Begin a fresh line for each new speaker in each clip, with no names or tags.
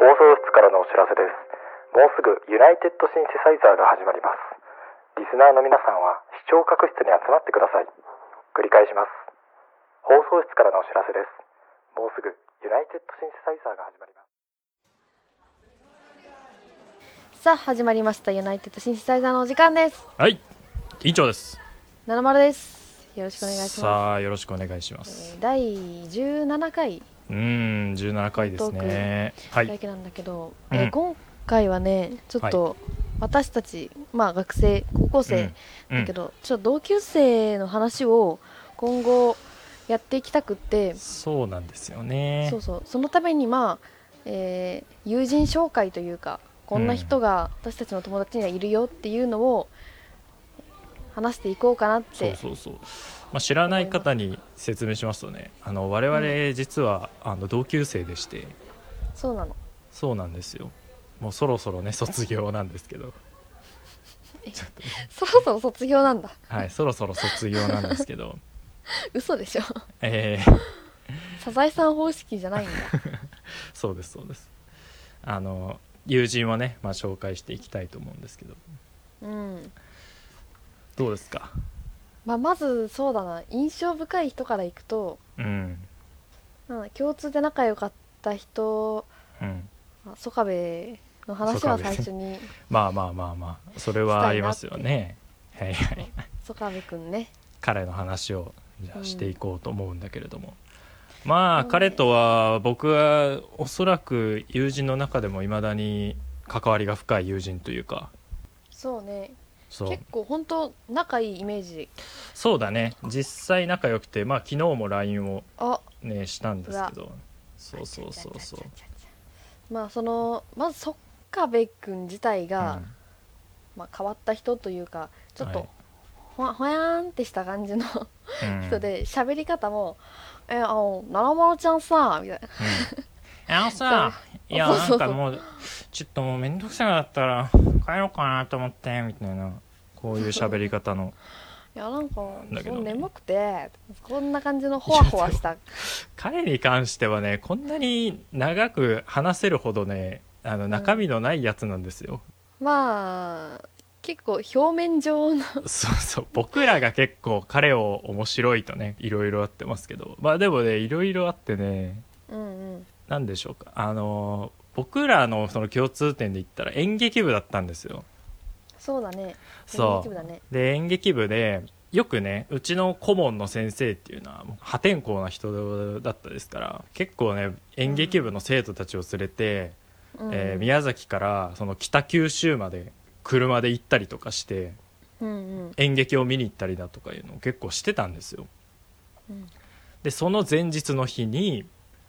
放送室からのお知らせですもうすぐユナイテッドシンセサイザーが始まりますリスナーの皆さんは視聴覚室に集まってください繰り返します放送室からのお知らせですもうすぐユナイテッドシンセサイザーが始まります
さあ始まりましたユナイテッドシンセサイザーのお時間です
はい、委員長です。
七丸ですよろしくお願いしま、
さあ、よろしくお願いしま
え
すす。
ー第17回
うーん、17回ですね。は
だ
い。
けなんだけど、
うん
えー今回はねちょっと私たち、まあ学生高校生
うん
だけど、ちょっと同級生の話を今後やっていきたくって、
そうなんですよね
そう。そうそのためにまあ、えー友人紹介というかこんな人が私たちの友達にはいるよっていうのを話していこうかなっ
そう
て
そうそう。まあ、知らない方に説明しますとね、あの我々実は、あの同級生でして、
そうなの
そうなんですよ。もうそろそろね卒業なんですけど、
そろそろ卒業なんだ
はい、そろそろ卒業なんですけど、
嘘でしょ
えー、
サザエさん方式じゃないんだ
そうですそうです。あの友人をね、まあ紹介していきたいと思うんですけど、
うん、
どうですか。
まあ、まずそうだな印象深い人からいくと
うん、
なんだ共通で仲良かった人
うん。
まあソカベの話は
ソカベ
最初に
まあまあまあまあそれはありますよねはいはい
ソカベくんね
彼の話をじゃ
うん
あしていこうと思うんだけれども、ま
そ
あ
うね
彼とは僕はおそらく友人の中でもいまだに関わりが深い友人というか
そうね
そう
結構本当仲いいイメージ
そうだね実際仲良くてまあ昨日も LINE を
あ
ねしたんですけどそうそうそうそう
まあそのまずソカベくん自体が、
うん
まあ、変わった人というかちょっ
は
と
い
ほわほやーんってした感じの
うん
人で喋り方も「えあのならまろちゃんさ」みたいな
うんあのさ、いや、
そう
な
そうんそう
かもう、ちょっともうめんどくさかったら、帰ろうかなと思って、みたいな、こういう喋り方 の、
いやなんか
だけど
そう眠くてこんな感じのほわほわした
彼に関してはね、こんなに長く話せるほどね、あの、中身のないやつなんです よ。
まあ結構表面上の
そうそう、僕らが結構彼を面白いとね、いろいろあってますけど、まあでもね、いろいろあってね、
うんうん
なんでしょうか、あの、僕らのその共通点で言ったら演劇部だったんですよ。
そうだね
そ
演劇部
う
だね
で演劇部でよくねうちの顧問の先生っていうのはもう破天荒な人だったですから結構ね演劇部の生徒たちを連れて、
うんうん
えー宮崎からその北九州まで車で行ったりとかして
うんうん
演劇を見に行ったりだとかいうのを結構してたんですよ
うん
でその前日の日に、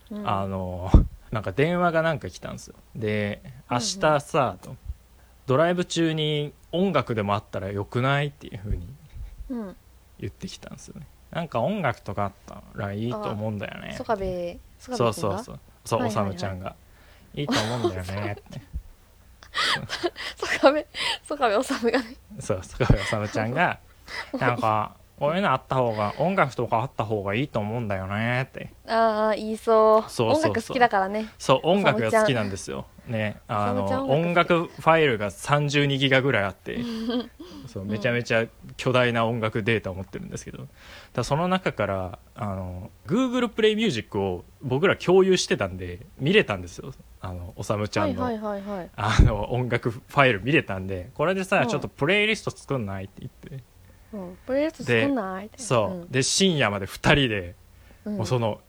うん
あの なんか電話がなんか来たんですよで「明日さ」と「ドライブ中に音楽でもあったらよくない?」っていうふうに
うん
言ってきたんですよねなんか音楽とかあったらいいと思うんだよね
ソカベソカ
そう
ベくん
そ
が
うそうそう
はいはい
お
は
さ
い
むちゃんがいいと思うんだよ ねって
ソカベソカベおさむがね
そうそこでおさむちゃん がなんかこういうのあった方が音楽とかあった方がいいと思うんだよねって
ああ言いそう
そうそうそう
音楽好きだからね
そう音楽
おさむちゃん
が好きなんですよねあ
おさむちゃん
の
音
音
楽
楽ファイルが32ギガぐらい あってそうめちゃめちゃ巨大な音楽データを持ってるんですけどだからその中からあの Google プレイミュージックを僕ら共有してたんで見れたんですよあのおさむちゃ
はい
んの,、
はいはいはい
あの音楽ファイル見れたんでこれでさ、
うん
ちょっとプレイリスト作んないって言って
うんプレイリスト作んないって
そう、で深夜まで2人で、
うん
もうその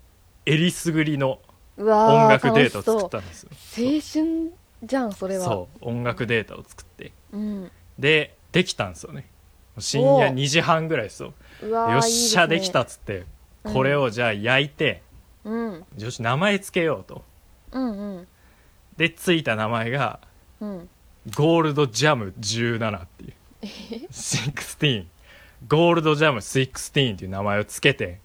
えりすぐりの
うわ
音
ー
楽データを作っ
楽
たんですよ
しそう青春じゃんそれは
そう音楽データを作って
う,、ん、
でできたんですよね深夜2時半ぐらいですよ
うわー
よっしゃ
いい
です
ね
きたっつってこれをじゃあ焼いて、
うん
よし名前つけようと
うんうん
でついた名前が
うん
ゴールドジャム17っていう16ゴールドジャム16っていう名前をつけて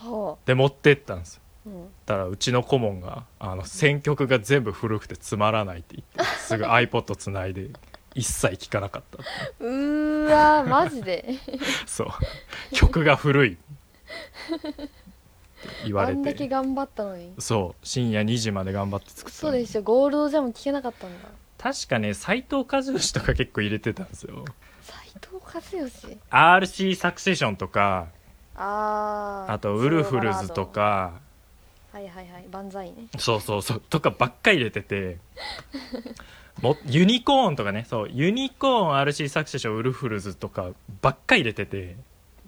は
で持ってったんですよ
あ、うん、
だからうちの顧問があの選曲が全部古くてつまらないって言ってすぐ iPod つないで一切聴かなかったっていう
うーわーマジで
そう曲が古い言わ
あ
れ
んだけ
て
頑張ったのに
そう深夜2時まで頑張って作ってた
そうでしょゴールドジャム聞けなかったんだ
確かね斎藤和義とか結構入れてたんですよ
斎藤和義
RC サクセションとか
あー
あとウルフルズとか
はいはいはい万歳ね
そうそうそうとかばっか入れててもユニコーンとかねそうユニコーン RC サクセションウルフルズとかばっか入れてて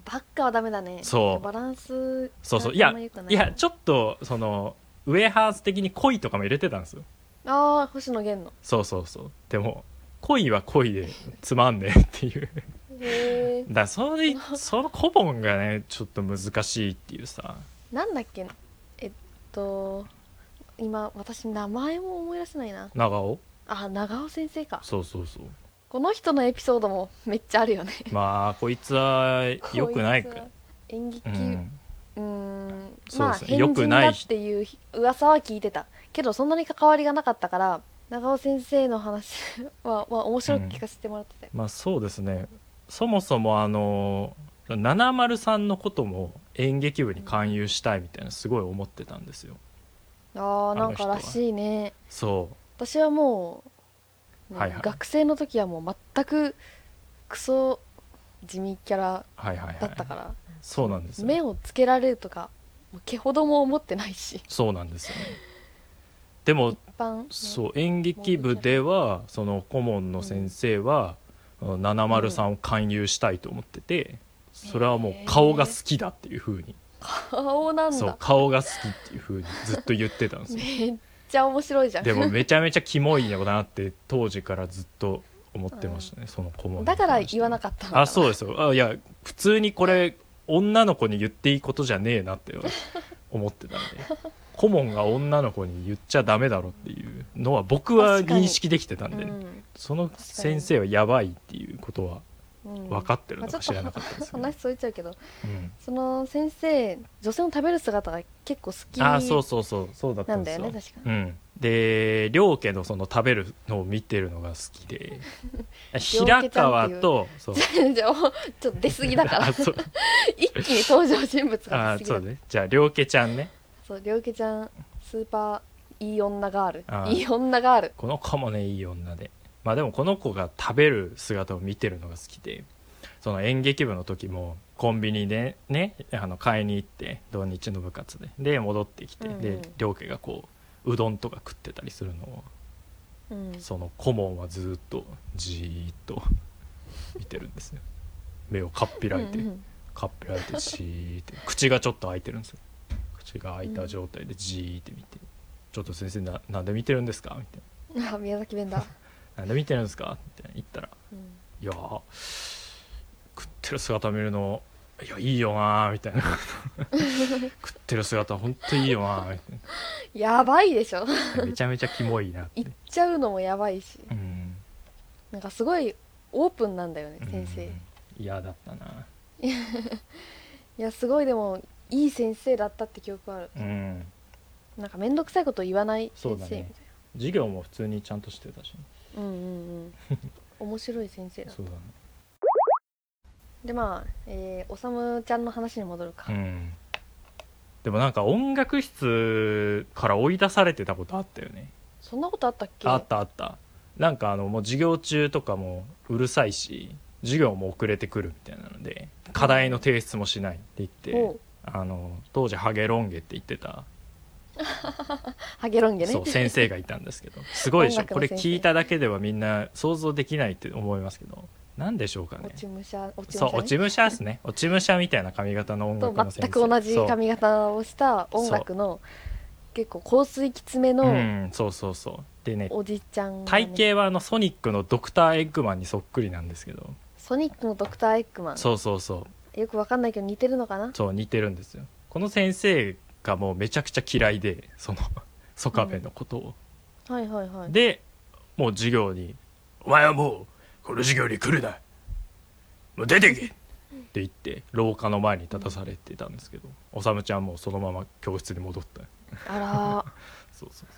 ばっかはダメだね
そう
バランス
そうそうい
があ
や
んま良くない
やちょっとそのウェハース的に恋とかも入れてたんですよ
ああ星野源の
そうそうそうでも恋は恋でつまんねえっていう
へえ
だからそれ そのコボンがねちょっと難しいっていうさ
なんだっけえっと今私名前も思い出せないな
長尾
あ長尾先生か
そうそうそう
この人のエピソードもめっちゃある よね
まあこいつは良くない
こ
か
つは演劇
う
うんーん
そう
まあ
ですね
変
良く
人
な
だ
い
っていう噂は聞いてたけどそんなに関わりがなかったから長尾先生の話は、 まあ、面白く聞かせてもらってたよ、
まあそうですねそもそもあの703のことも演劇部に勧誘したいみたいなすごい思ってたんですよ
ああな
あの
ん
人
か
は
らしいね
そう
私はもう、ね
はいはい
学生の時はもう全くクソ地味キャラ
はいはい
だったか
は
ら、
いそうなんですよ
目をつけられるとかもう毛ほども思ってないし
そうなんですよねでも
一般、ね
そう演劇部ではその顧問の先生は、703を勧誘したいと思ってて、それはもう顔が好きだっていうふうに、
顔なん
そう
だ
顔が好きっていうふうにずっと言ってた んですよ
めっちゃ面白いじゃん
でもめちゃめちゃキモいよなって当時からずっと思ってましたね、その顧 問
だから言わな
っ
かったのかな
あそうですよあいや普通にこれ女の子に言っていいことじゃねえなって思ってたんで顧問が女の子に言っちゃダメだろっていうのは僕は
確かに
認識できてたんで、
うん
その先生はやばいっていうことは
うん
分かってる
まあ
の
ちょ
か
っ
知
と
らなかったですよね
話それちゃうけど
うん
その先生女性の食べる姿が結構好き
ああそうそうそうそうだった
なん
ん
だ
です
よ
よ
ね確か
うん、で両家のその食べるのを見てるのが好き で平川と そう
じゃあもうちょっと出過ぎだから
あそう
一気に登場人物が
あ
出過ぎだ
そうねじゃあ両家ちゃんね
そうりょうけちゃんスーパーいい女ガール
あー
いい女ガール
この子もねいい女でまあでもこの子が食べる姿を見てるのが好きでその演劇部の時もコンビニでねあの買いに行って土日の部活でで戻ってきて、
うんうん
で両家がこううどんとか食ってたりするのを
うん
その顧問はずーっとじーっと見てるんですよ目をかっぴらいて、
うんうん
かっぴらいてじーって口がちょっと開いてるんですよ口が開いた状態でじーって見て「ちょっと先生ななんで見てるんですか?」みたい
あ宮崎弁だ、
な「なんで見てるんですか?」みたいな言ったら「
うん
いやー食ってる姿見るのいやいいよなー」みたいな「食ってる姿ほんといいよなー」み
やばいでしょ
たいなめちゃめちゃキモいなって
行っ。ちゃうのもやばいし
うん
なんかすごいオープンなんだよね
うん
先生、い
嫌だったな
やすごいでもいい先生だったって記憶ある
うん
なんか面倒くさいこと言わない先生みたいな
そうだね授業も普通にちゃんとしてたし、
うんうんうん面白い先生だ
そうだね
でまあ、えー、おさむちゃんの話に戻るか、
うんでもなんか音楽室から追い出されてたことあったよね
そんなことあったっけ
あったあったなんかあのもう授業中とかもうるさいし授業も遅れてくるみたいなので課題の提出もしないって言って
おう
あの当時ハゲロンゲって言ってた、
ハゲロンゲね
そう先生がいたんですけどすごいでし
音
ょ
楽
こ
の
れ
先生
聞いただけではみんな想像できないって思いますけど何でしょうかね
落ち武者落ち
そう落
武者ね
ち武者ですね落ち武者みたいな髪型の音楽の
と
先生
全く同じ
そう
髪型をした音楽の結構香水きつめ
う
の
んそうそうそうでね
おじちゃんがね、
体型はあのソニックのドクターエッグマンにそっくりなんですけど
ソニックのドクターエッグマン
そうそうそ
よくわかんないけど似てるのかな
うそう似てるんですよこの先生がもうめちゃくちゃ嫌いでそのソカベのことを、
はいはいはい
でもう授業に「お前はもうこの授業に来るなもう出てけ!」って言って廊下の前に立たされてたんですけどおさむちゃんもそのまま教室に戻った
あらー
そうそうそう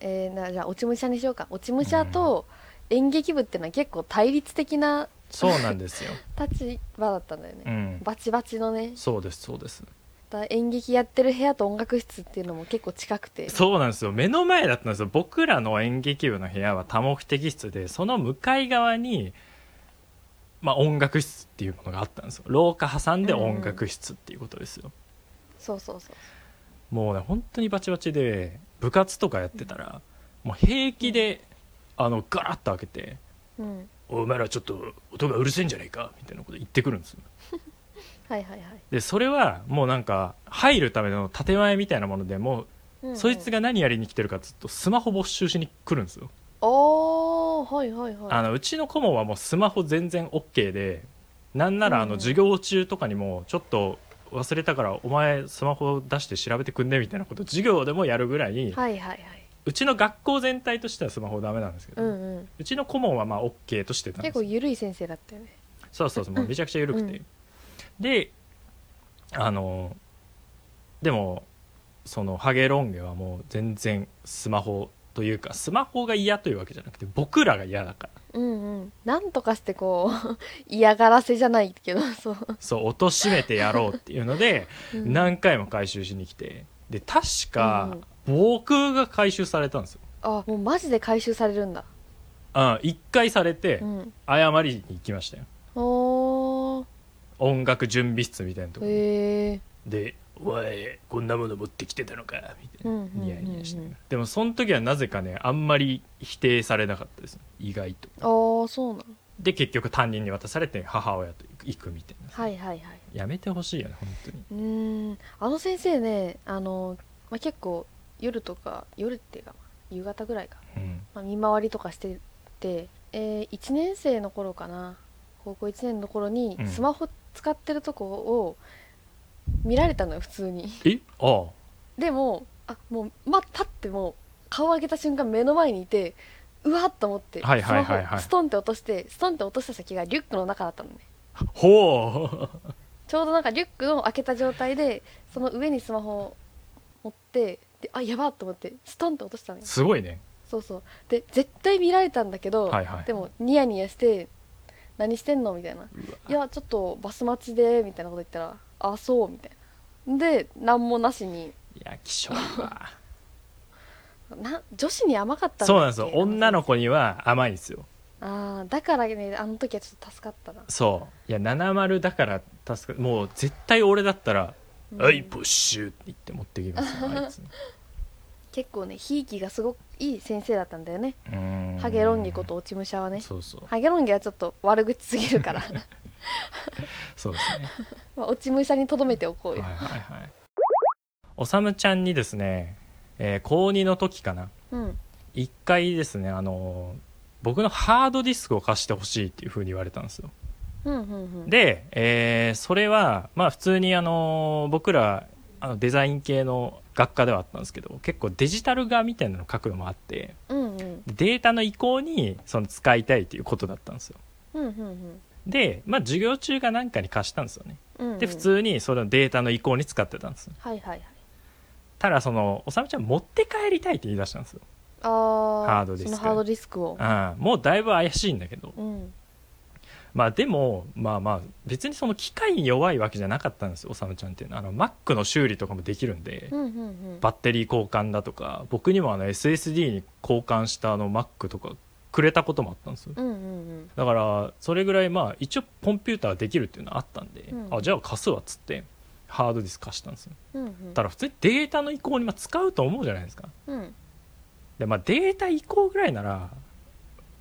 えー、なじゃあ落ち武者にしようか落ち武者と演劇部ってのは結構対立的な
そうなんですよ、
立場だったんだよね、
うん、
バチバチのね
そうですそうです
だ演劇やってる部屋と音楽室っていうのも結構近くて
そうなんですよ目の前だったんですよ僕らの演劇部の部屋は多目的室でその向かい側に、まあ、音楽室っていうものがあったんですよ廊下挟んで音楽室っていうことですよ、
そうそうそう
もうね本当にバチバチで部活とかやってたら、もう平気であのガラッと開けて
うん
「お前らちょっと音がうるせえんじゃねえか」みたいなこと言ってくるんですよ
はいはいはい、
でそれはもうなんか入るための建前みたいなものでもう
うんうん
そいつが何やりに来てるかっつうとスマホ没収しに来るんですよ、
おーはいはいはい
あのうちの顧問はもうスマホ全然 OK でなんならあ
うんう
の
ん
授業中とかにもちょっと忘れたからお前スマホ出して調べてくんねみたいなこと授業でもやるぐらい
はいはいはいう
ちの学校全体としてはスマホダメなんですけど、
う
うん
うん
ちの顧問はまあ OK としてたんで
結構
すよ
ゆるい先生だったよね
そうそうそう もうめちゃくちゃ緩くて、
う
であのでもそのハゲロンゲはもう全然スマホというかスマホが嫌というわけじゃなくて僕らが嫌だから
うんうんなんとかしてこう 嫌がらせじゃないけど そう、
そう貶めてやろうっていうので
うん
何回も回収しに来てで確か僕が回収されたんですよ
あもうマジで回収されるんだ
あ1回されて
うん
謝りに行きましたよ
おー
音楽準備室みたいなとこに
へえ
で「お前こんなもの持ってきてたのか」みた
う
い
んう
なん
うんうん
ニヤニヤしてでもその時はなぜかねあんまり否定されなかったです意外と
あーそうなの
で結局担任に渡されて母親と行くみたいな
はいはいはい
やめてほしいよね本当に
うーんあの先生ねあの、まあ、結構夜とか夜っていうか夕方ぐらいか、
うん
まあ、見回りとかしてて、えー、1年生の頃かな高校1年の頃に
うん
スマホ使ってるとこを見られたのよ普通に
えああ
でもあもうまあ立ってもう顔上げた瞬間目の前にいてうわっと思ってス
はいはい
マ
はいはい
ホストンって落としてストンって落とした先がリュックの中だったのね
ほう
ちょうどなんかリュックを開けた状態でその上にスマホを持ってであやばっと思ってストンと落としたのよ
すごいね
そうそうで絶対見られたんだけど、
はいはい
でもニヤニヤして「何してんの?」みたいな「いやちょっとバス待ちで」みたいなこと言ったら「あそう」みたいなで何もなしに
いや気性いい わ
な女子に甘かっただっけ
そうなんですよ女の子には甘いんですよ
ああだからねあの時はちょっと助かったな、
そういや70だから助かもう絶対俺だったら「
うん
はいプッシュ」って言って持ってきますよあ いつ
結構ねひいきがすごくいい先生だったんだよね
うん
ハゲロンギこと落ち武者はね
そうそう
ハゲロン毛はちょっと悪口すぎるから
そうですね
まあ落ち武者にとどめておこうよ、
はいはいはいおさむちゃんにですね、えー高2の時かな
うん
一回ですねあのー僕のハードディスクを貸してほしいっていう風に言われたんですよ
うんうんうん
で、えーそれはまあ普通にあのー僕らあのデザイン系の学科ではあったんですけど結構デジタル画みたいなの書くのもあって
うんうん
データの移行にその使いたいということだったんですよ
うんうんうん
で、まあ、授業中かなんかに貸したんですよね
うんうん
で普通にそのデータの移行に使ってたんですよ
はいはいはい
ただそのおさむちゃん持って帰りたいって言い出したんですよ、
あー
ハードディスク
そのハードディスクを
うん、もうだいぶ怪しいんだけど
うん
まあでもまあまあ別にその機械に弱いわけじゃなかったんですよおさむちゃんっていうのはあの Mac の修理とかもできるんで、
うんうんうん
バッテリー交換だとか僕にもあの SSD に交換したあの Mac とかくれたこともあったんですよ
うんうん
だからそれぐらいまあ一応コンピューターできるっていうのはあったんで、
うん
あじゃあ貸すわっつってハードディスク貸したんですよ
うんうん
ただ普通にデータの移行にまあ使うと思うじゃないですか
うん
でまあデータ移行ぐらいなら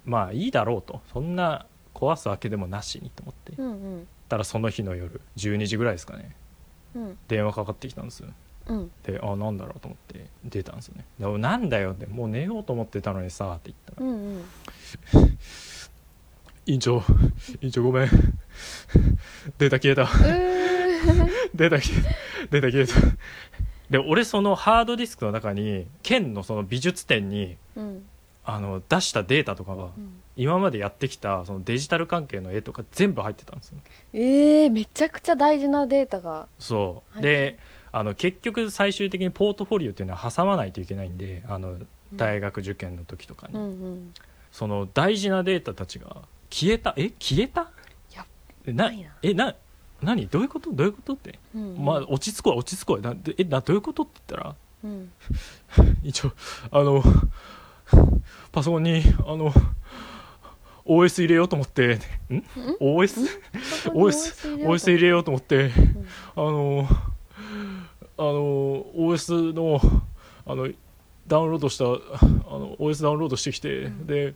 まあいいだろうとそんな壊すわけでもなしにと思って
うんうん
たらその日の夜12時ぐらいですかね
うん
電話かかってきたんですよ
うん
であなんだろうと思って出たんですよねでもなんだよってもう寝ようと思ってたのにさって言ったら
うんうん
院長 院長ごめん データ消えた
うーん
データ消えたデータ消えたで俺そのハードディスクの中に県のその美術展に
うん
あの出したデータとかが
うん
今までやってきたそのデジタル関係の絵とか全部入ってたんですよ
えー、めちゃくちゃ大事なデータが
そう、
はい
であの結局最終的にポートフォリオっていうのは挟まないといけないんであの大学受験の時とかに、
うんうん
その大事なデータたちが消えたえ消えた
やっ
えな
ばいな
えな何どういうことどういうことって、
うん
まあ、落ち着こう落ち着こうなでえなどういうことって言ったら
うん
一応あのパソコンにあの OS 入れようと思ってん OS?OS
そこに
OS, OS 入れようと思って、あのあの OS のあのダウンロードしたあの OS ダウンロードしてきて、
ん
で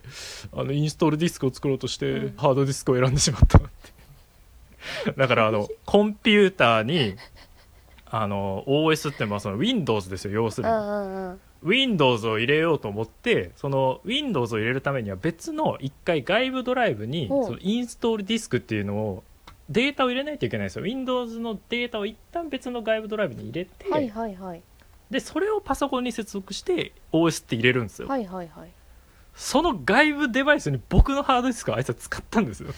あのインストールディスクを作ろうとして、
うん
ハードディスクを選んでしまっ たってだからあのコンピューターにあの OS ってまあその Windows ですよ要す
うん
る
う
に、
んうん
Windows を入れようと思ってその Windows を入れるためには別の一回外部ドライブに
ほう
そのインストールディスクっていうのをデータを入れないといけないんですよ Windows のデータを一旦別の外部ドライブに入れて、
はいはいはい
でそれをパソコンに接続して OS って入れるんですよ、
はいはいはい
その外部デバイスに僕のハードディスクをあいつは使ったんですよ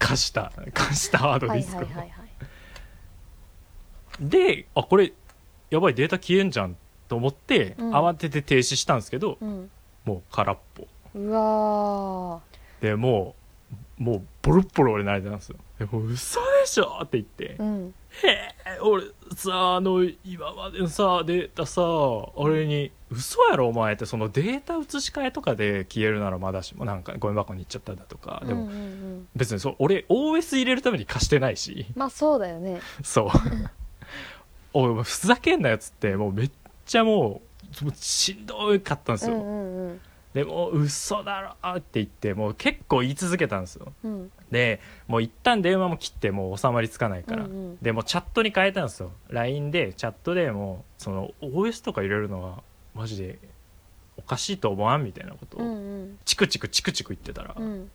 貸した貸したハードデ
はい
ィスクを、
はいはいはい
であこれやばいデータ消えんじゃんと思って、
うん
慌てて停止したんですけど
うん
もう空っぽ
うわ
でもうもうボロッボロ俺泣いてたんですよでもう嘘でしょって言って
ー、うん
え俺さあの今までのさデータさ俺に嘘やろお前ってそのデータ移し替えとかで消えるならまだしもなんかゴミ箱に行っちゃったんだとかで
うん
も
うんうん
別にそう俺 OS 入れるために貸してないし
まあそうだよね
そうおいお前ふざけんなやつってもうめっちゃもうもうしんどかったんです
うん
よ、
うんうん
でもう嘘だろって言ってもう結構言い続けたんですよ
うん
でもう一旦電話も切ってもう収まりつかないから、
うんうん
でもうチャットに変えたんですよ LINE でチャットでもうその OS とか入れるのはマジでおかしいと思わんみたいなこと
う
を
ん
チクチクチクチク言ってたら、
うんうん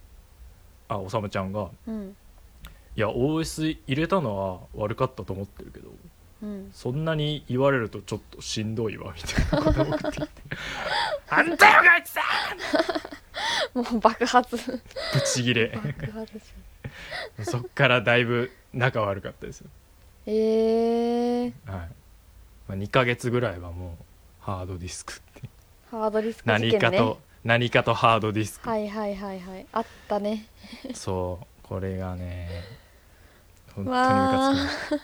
あおさむちゃんが
うん
「いや OS 入れたのは悪かったと思ってるけど
うん
そんなに言われるとちょっとしんどいわ」みたいなことを送って きて「あんたよこいつさ
もう爆発爆
ぶち切れ
発し
そっからだいぶ仲悪かったですよ
えー、
はいまあ、2ヶ月ぐらいはもうハードディスク って
ハードディスク事件
何
ね
かと、何かとハードディスク、
はいはいはいはいあったね
そうこれがね本当にム
わ
カ
あ
つきまし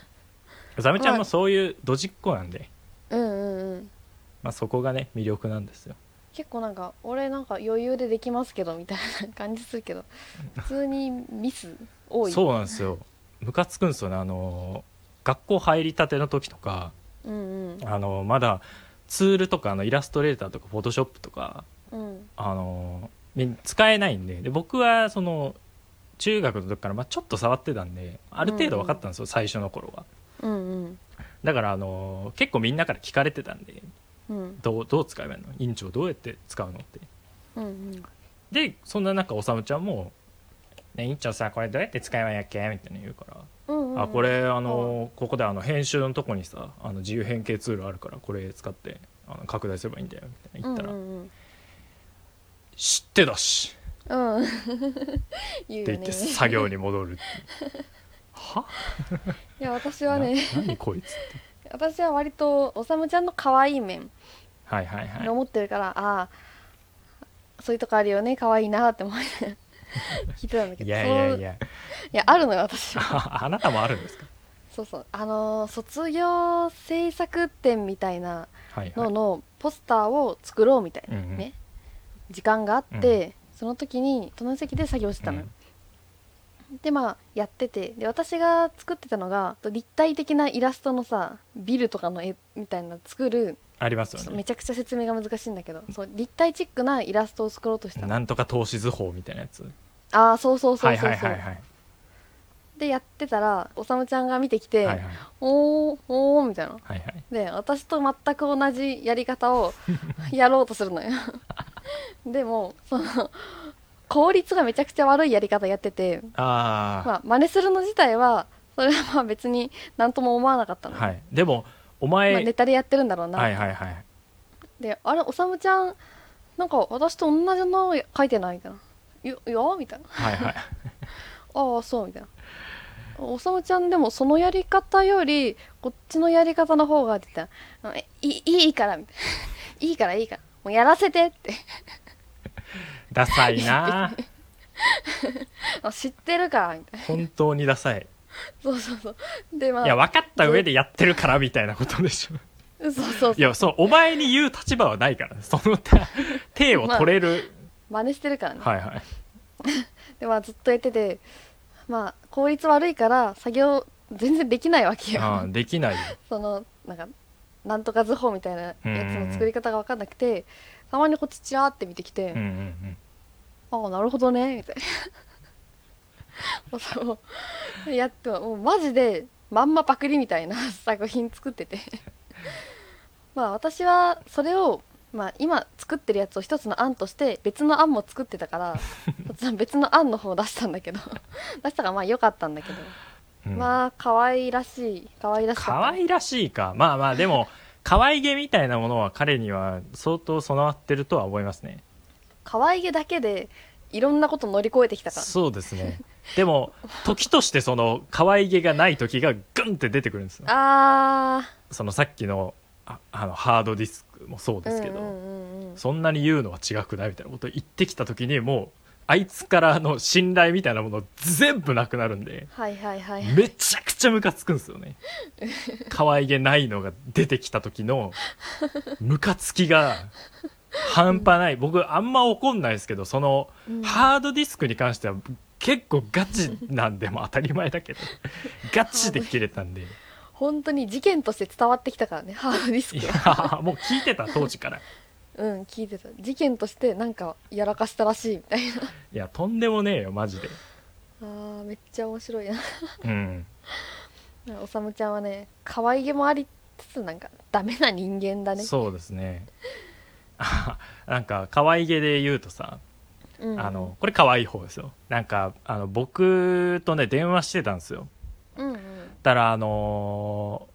た ザメちゃんもそういうドジっ子なんで、
うんうんうん
まあ、そこがね魅力なんですよ
結構なんか俺なんか余裕でできますけどみたいな感じするけど普通にミス多い
そうなんですよムカつくんですよねあの学校入りたての時とか
ううん
あのまだツールとかあのイラストレーターとかフォトショップとか
うんうん
あのね使えないんでで僕はその中学の時からまあちょっと触ってたんである程度分かったんですよ、最初の頃は
うん
だからあの結構みんなから聞かれてたんで
うんうん
どうどう使えばいいの委員長どうやって使うのって
うんうん
でそんな中おさむちゃんも「ね、委員長さこれどうやって使えばいいんやっけ?」みたいなの言うから
うんうん
あこれあのここであの編集のとこにさあの自由変形ツールあるからこれ使ってあの拡大すればいいんだよみたいな言ったら
うんうん
「知ってたし」
うん うん言
っ
う
て
よ
言って
ね
作業に戻るっ ていうはい
や私はね
な何こいつって
私は割とおさむちゃんの可愛い面
はいはいはい
を持ってるから、ああそういうとこあるよね可愛いなって思いながら聞いてたんだけど
いやいや
そう
いや
いやあるのよ私は
あなたもあるんですか
そうそうあのー卒業制作展みたいな
はいは
の
い
のポスターを作ろうみたいな、
うんうん
ね時間があって、その時に隣の席で作業してたのよ、でまあやっててで私が作ってたのが立体的なイラストのさビルとかの絵みたいなの作る
あります
ちょっ
よ
と
ね
めちゃくちゃ説明が難しいんだけどそう立体チックなイラストを作ろうとしたの
なんとか投資図法みたいなやつ
ああそうそうそ
は
う
い
そう
はい
そ
は
う
いはい
でやってたらおさむちゃんが見てきて「
はいはい
おーおー」みたいな
はいはい
で私と全く同じやり方 をやろうとするのよでもその効率がめちゃくちゃ悪いやり方やってて
あ
まあ真似するの自体はそれはまあ別に何とも思わなかった
あ
の、
はいでもお
まあ、ネ
前
タでやってるんだろうな、
はいはいはい
で「あれおさむちゃんなんか私と同じの書いてない?」みたいな「いやいや?」みたいな
はいはい
「ああそう」みたいな「おさむちゃんでもそのやり方よりこっちのやり方の方が」って言ったら「えいいいいから」みたいな「 いいからいいからもうやらせて」って
ダサいな
「あ知ってるから」みたいな
本当にダサい
そうそうそうでまあ
いや分かった上でやってるからみたいなことでし
そ
ょ
うそうそ
い
う
やそうお前に言う立場はないからねその手手を取れる、
真似してるからね、
はいはい
でまあずっとやっててまあ効率悪いから作業全然できないわけよ
ああできないよ
そのなんかなんとか図法みたいなやつの作り方が分かんなくてたまにこっちチラーって見てきて、
うんうんうん
ああなるほどねみ たいなそうやってももうマジでまんまパクリみたいな作品作っててまあ私はそれを、まあ、今作ってるやつを一つの案として別の案も作ってたから その別の案の方を出したんだけど出したからまあ良かったんだけど、
うん
まあ可愛らしい可愛らしかった
可愛らしいかまあまあで も可愛げみたいなものは彼には相当備わってるとは思いますね
可愛げだけでいろんなこと乗り越えてきたから
そうですねでも時としてその可愛げがない時がグンって出てくるんですよ
あ
そのさっきのああのハードディスクもそう
ー
ですけど、
うんうんうんうん
そんなに言うのは違くないみたいなことを言ってきた時にもうあいつからの信頼みたいなもの全部なくなるんで
はいはいはい
めちゃくちゃムカつくんですよね可愛げないのが出てきた時のムカつきが半端ない僕あんま怒んないですけどその
うん
ハードディスクに関しては結構ガチなんでもう当たり前だけどガチで切れたんで
本当に事件として伝わってきたからねハードディス
い
ク
や
は
ーもう聞いてた当時から
うん聞いてた事件としてなんかやらかしたらしいみたいない
やとんでもねえよマジで
あーめっちゃ面白いな
うん
おさむちゃんはね可愛げもありつつなんかダメな人間だね
そうですねあなんか可愛げで言うとさ
うん
あのこれ可愛い方ですよなんかあの僕とね電話してたんですよ
うんうん
たらあのー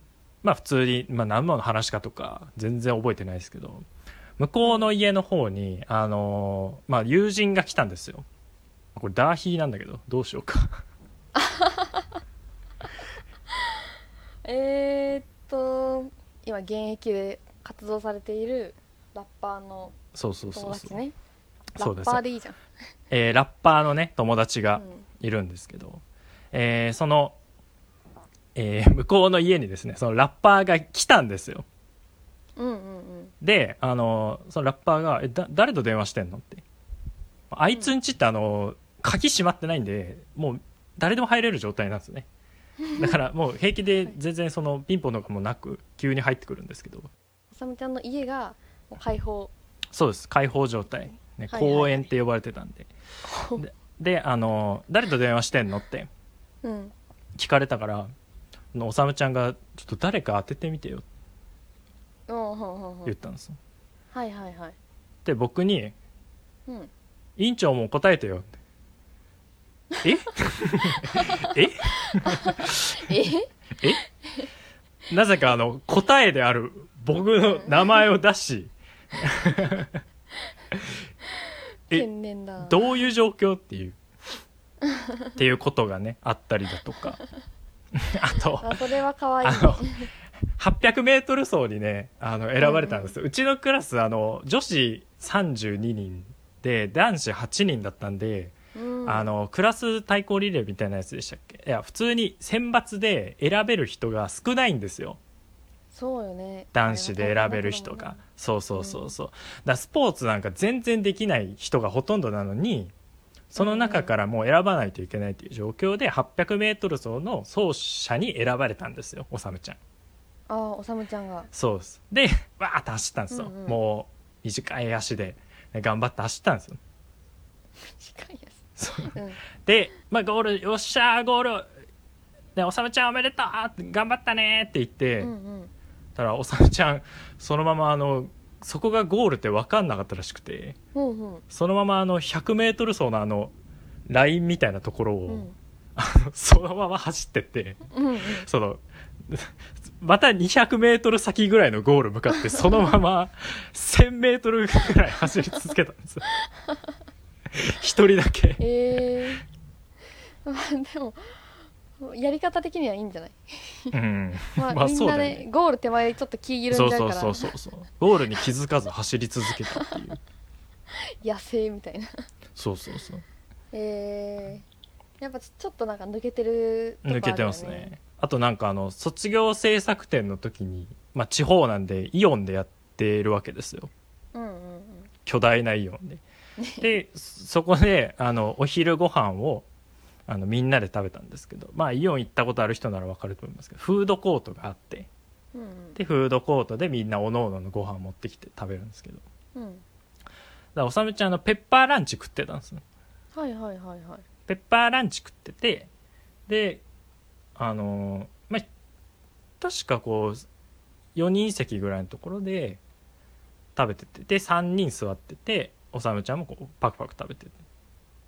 まあ普通に、まあ、何の話かとか全然覚えてないですけど向こうの家の方にあのーまあ友人が来たんですよこれダーヒーなんだけどどうしようか
えー、っと今現役で活動されているラッパーの
そうそうそう
友
そ
達
う、
ね
そうで
ラッ
す
パーでいいじゃん
えーラッパーのね友達が
うん
いるんですけど、えーその、えー向こうの家にですねそのラッパーが来たんですよ
うんうん
であのそのラッパーが「えだ誰と電話してんの?」ってあいつんちってあの鍵閉まってないんでもう誰でも入れる状態なんです よねだからもう平気で全然そのピンポンとかもなく急に入ってくるんですけど
おさむちゃんの家がもう開放
そうです開放状態、ね、
はいはいはい
公園って呼ばれてたんで、でであの誰と電話してんのって
うん
聞かれたからあのおさむちゃんが「ちょっと誰か当ててみてよ」って
うんうんうんう
言っ
ん
たんですよ
はいはいはい
で僕に
うん
「院長も答えてよ」 ってええ
え
なぜかあの答えである僕の名前を出しえ
天然だな
どういう状況っていうっていうことがねあったりだとか あと
あそれは可愛い
あの、800m 走にね、あの、選ばれたんですよ。うちのクラス、あの、女子32人で、男子8人だったんで、
うん
あの、クラス対抗リレーみたいなやつでしたっけいや、普通に選抜で選べる人が少ないんですよ。
そうよね
男子で選べる人が。そうそうそうそう。だからスポーツなんか全然できない人がほとんどなのに、その中からもう選ばないといけないという状況で、800m 走の走者に選ばれたんですよ、おさむちゃん。
ああおさむちゃんが
そうですでわーって走ったんですよ、
うんうん
もう短い足でね頑張って走ったんですよ
近いや
そう
つうん
で、まあ、ゴールよっしゃーゴールでおさむちゃんおめでとうって頑張ったねーって言って、
うんうん
たらおさむちゃんそのままあのそこがゴールって分かんなかったらしくて
うんうん
そのままあの 100m 走のあのラインみたいなところを、
うん
そのまま走ってって
うんうん
そのまた200メートル先ぐらいのゴール向かって、そのまま1000メートルぐらい走り続けたんですよ。一人だけ。
ええ まあでもやり方的にはいいんじゃない
うん。
まあ、
まあ
みん
そうだ
な
よ
ね
ね
ゴール手前ちょっと気緩んじ
そ
ゃう
う
か
そう
ら
そうそうそう。ゴールに気づかず走り続けたって いう。
野生みたいな
そうそうそう。
ええやっぱちょっとなんか抜けてるとこあるよ、
抜けてますねあとなんかあの卒業制作展の時に、まあ、地方なんでイオンでやってるわけですよ
うんうん
巨大なイオ ンででそこであのお昼ご飯をあのみんなで食べたんですけどまあイオン行ったことある人ならわかると思いますけどフードコートがあって
うんうん
でフードコートでみんなおのおののご飯持ってきて食べるんですけどだか
うんうん
らおさむちゃんあのペッパーランチ食ってたんですよ
はいはいはいはい
ペッパーランチ食っててであのーまあ確かこう4人席ぐらいのところで食べててで3人座ってておさむちゃんもこうパクパク食べてて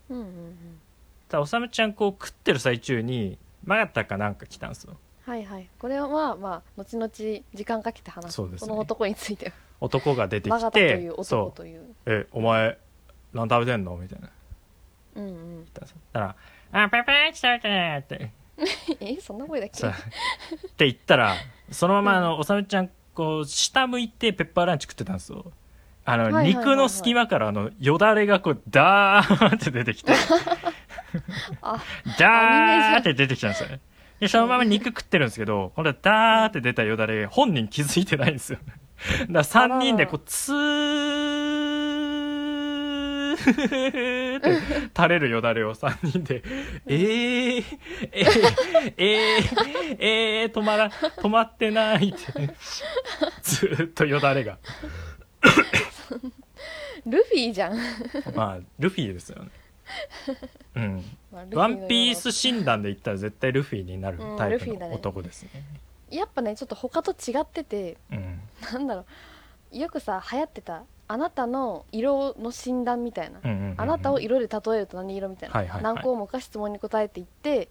うんうんうん
ただおさむちゃんこう食ってる最中にマガタかなんか来たんですよ
はいはいこれはまあ後々時間かけて話す
そうですね
この男については
男が出て
マ
き
ガタと
て
いう男
そ
という
う「えお前何食べてんの?」みたいな
うんうん
言ったんですよだから「あパパーン食べて」って
えそんな声だっけ
そうって言ったらそのままあのおさむちゃんこう下向いてペッパーランチ食ってたんですよあの、
いはいはいはい
肉の隙間からあのよだれがこうダーって出てきて
あ
ダーって出てきたんですよねでそのまま肉食ってるんですけどこれダーって出たよだれ本人気づいてないんですよだから3人でこうツーって垂れるよだれを3人でえええー、えー、えー、止まら、止まってないって。ずーっとよだれが。
ルフィじゃん、
まあ、ルフィですよね。うん。
まあルフィのような
ワンピース診断で言ったら絶対ルフィになる
うん
タイ
ル
プ
フィだ
の
ね
男ですね。
やっぱねちょっと他と違ってて
うん。
なんだろうよくさ流行ってたあなたの色の診断みたいな、
うんうんうんうん
あなたを色で例えると何色みたいな、
はいはいはい
何項目か質問に答えていって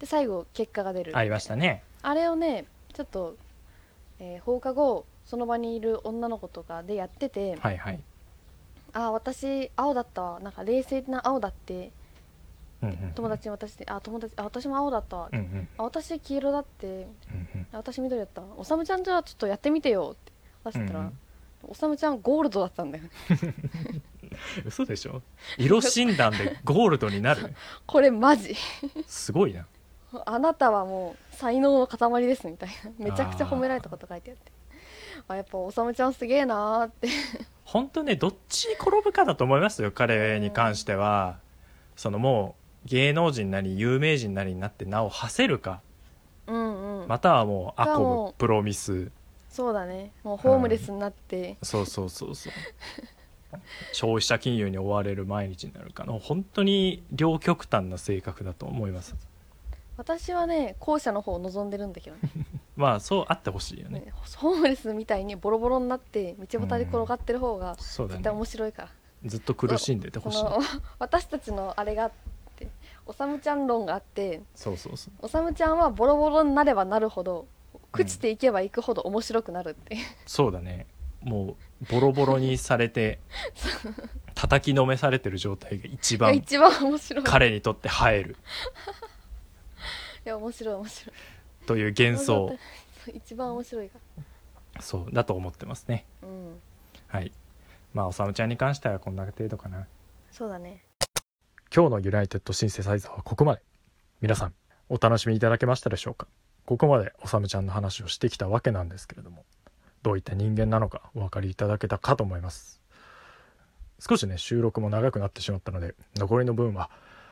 で最後結果が出る
ありましたね。
あれをねちょっと、えー放課後その場にいる女の子とかでやってて、
はいはい。
あ私青だったわなんか冷静な青だって
うんうん
友。達に渡して、あ友達あ私も青だったわ、
うんうん
あ私黄色だって
うんうん。
あ私緑だったわおさむちゃんじゃあちょっとやってみてよって出したら、
うんうん
おさむちゃんゴールドだったんだよね
嘘でしょ色診断でゴールドになる。
これマジ
すごいな。
あなたはもう才能の塊ですみたいなめちゃくちゃ褒められたこと書いてあってあやっぱおさむちゃんすげえなーって
本当ねどっちに転ぶかだと思いますよ彼に関しては、そのもう芸能人なり有名人なりになって名を馳せるか
うんうん、
またはもうア
が
コ
も
ム
う
プロミス
そうだねもうホームレスになって、
そうそうそうそう消費者金融に追われる毎日になるかの本当に両極端な性格だと思います
私はね後者の方を望んでるんだけどね
まあそうあってほしいよ ね
ねホームレスみたいにボロボロになって道端で転がってる方が
そうだ
絶
ね
対面白いから、
ずっと苦しんでてほしい
その 私たちのあれがあっておさむちゃん論があって
そうそうそう
おさむちゃんはボロボロになればなるほど朽ちていけばいくほど面白くなるって、
そうだねもうボロボロにされて叩きのめされてる状態が一
が
番
一番面白いい
彼にとって映える
や面白い面白い
という 幻想
一番面白いか
そうだと思ってますね
らうん
はいまあおさむちゃんに関してはこんな程度かな
そうだね
今日のユナイテッドシンセサイザーはここまで皆さんお楽しみいただけましたでしょうかここまでおさむちゃんの話をしてきたわけなんですけれどもどういった人間なのかお分かりいただけたかと思います少しね収録も長くなってしまったので残りの分は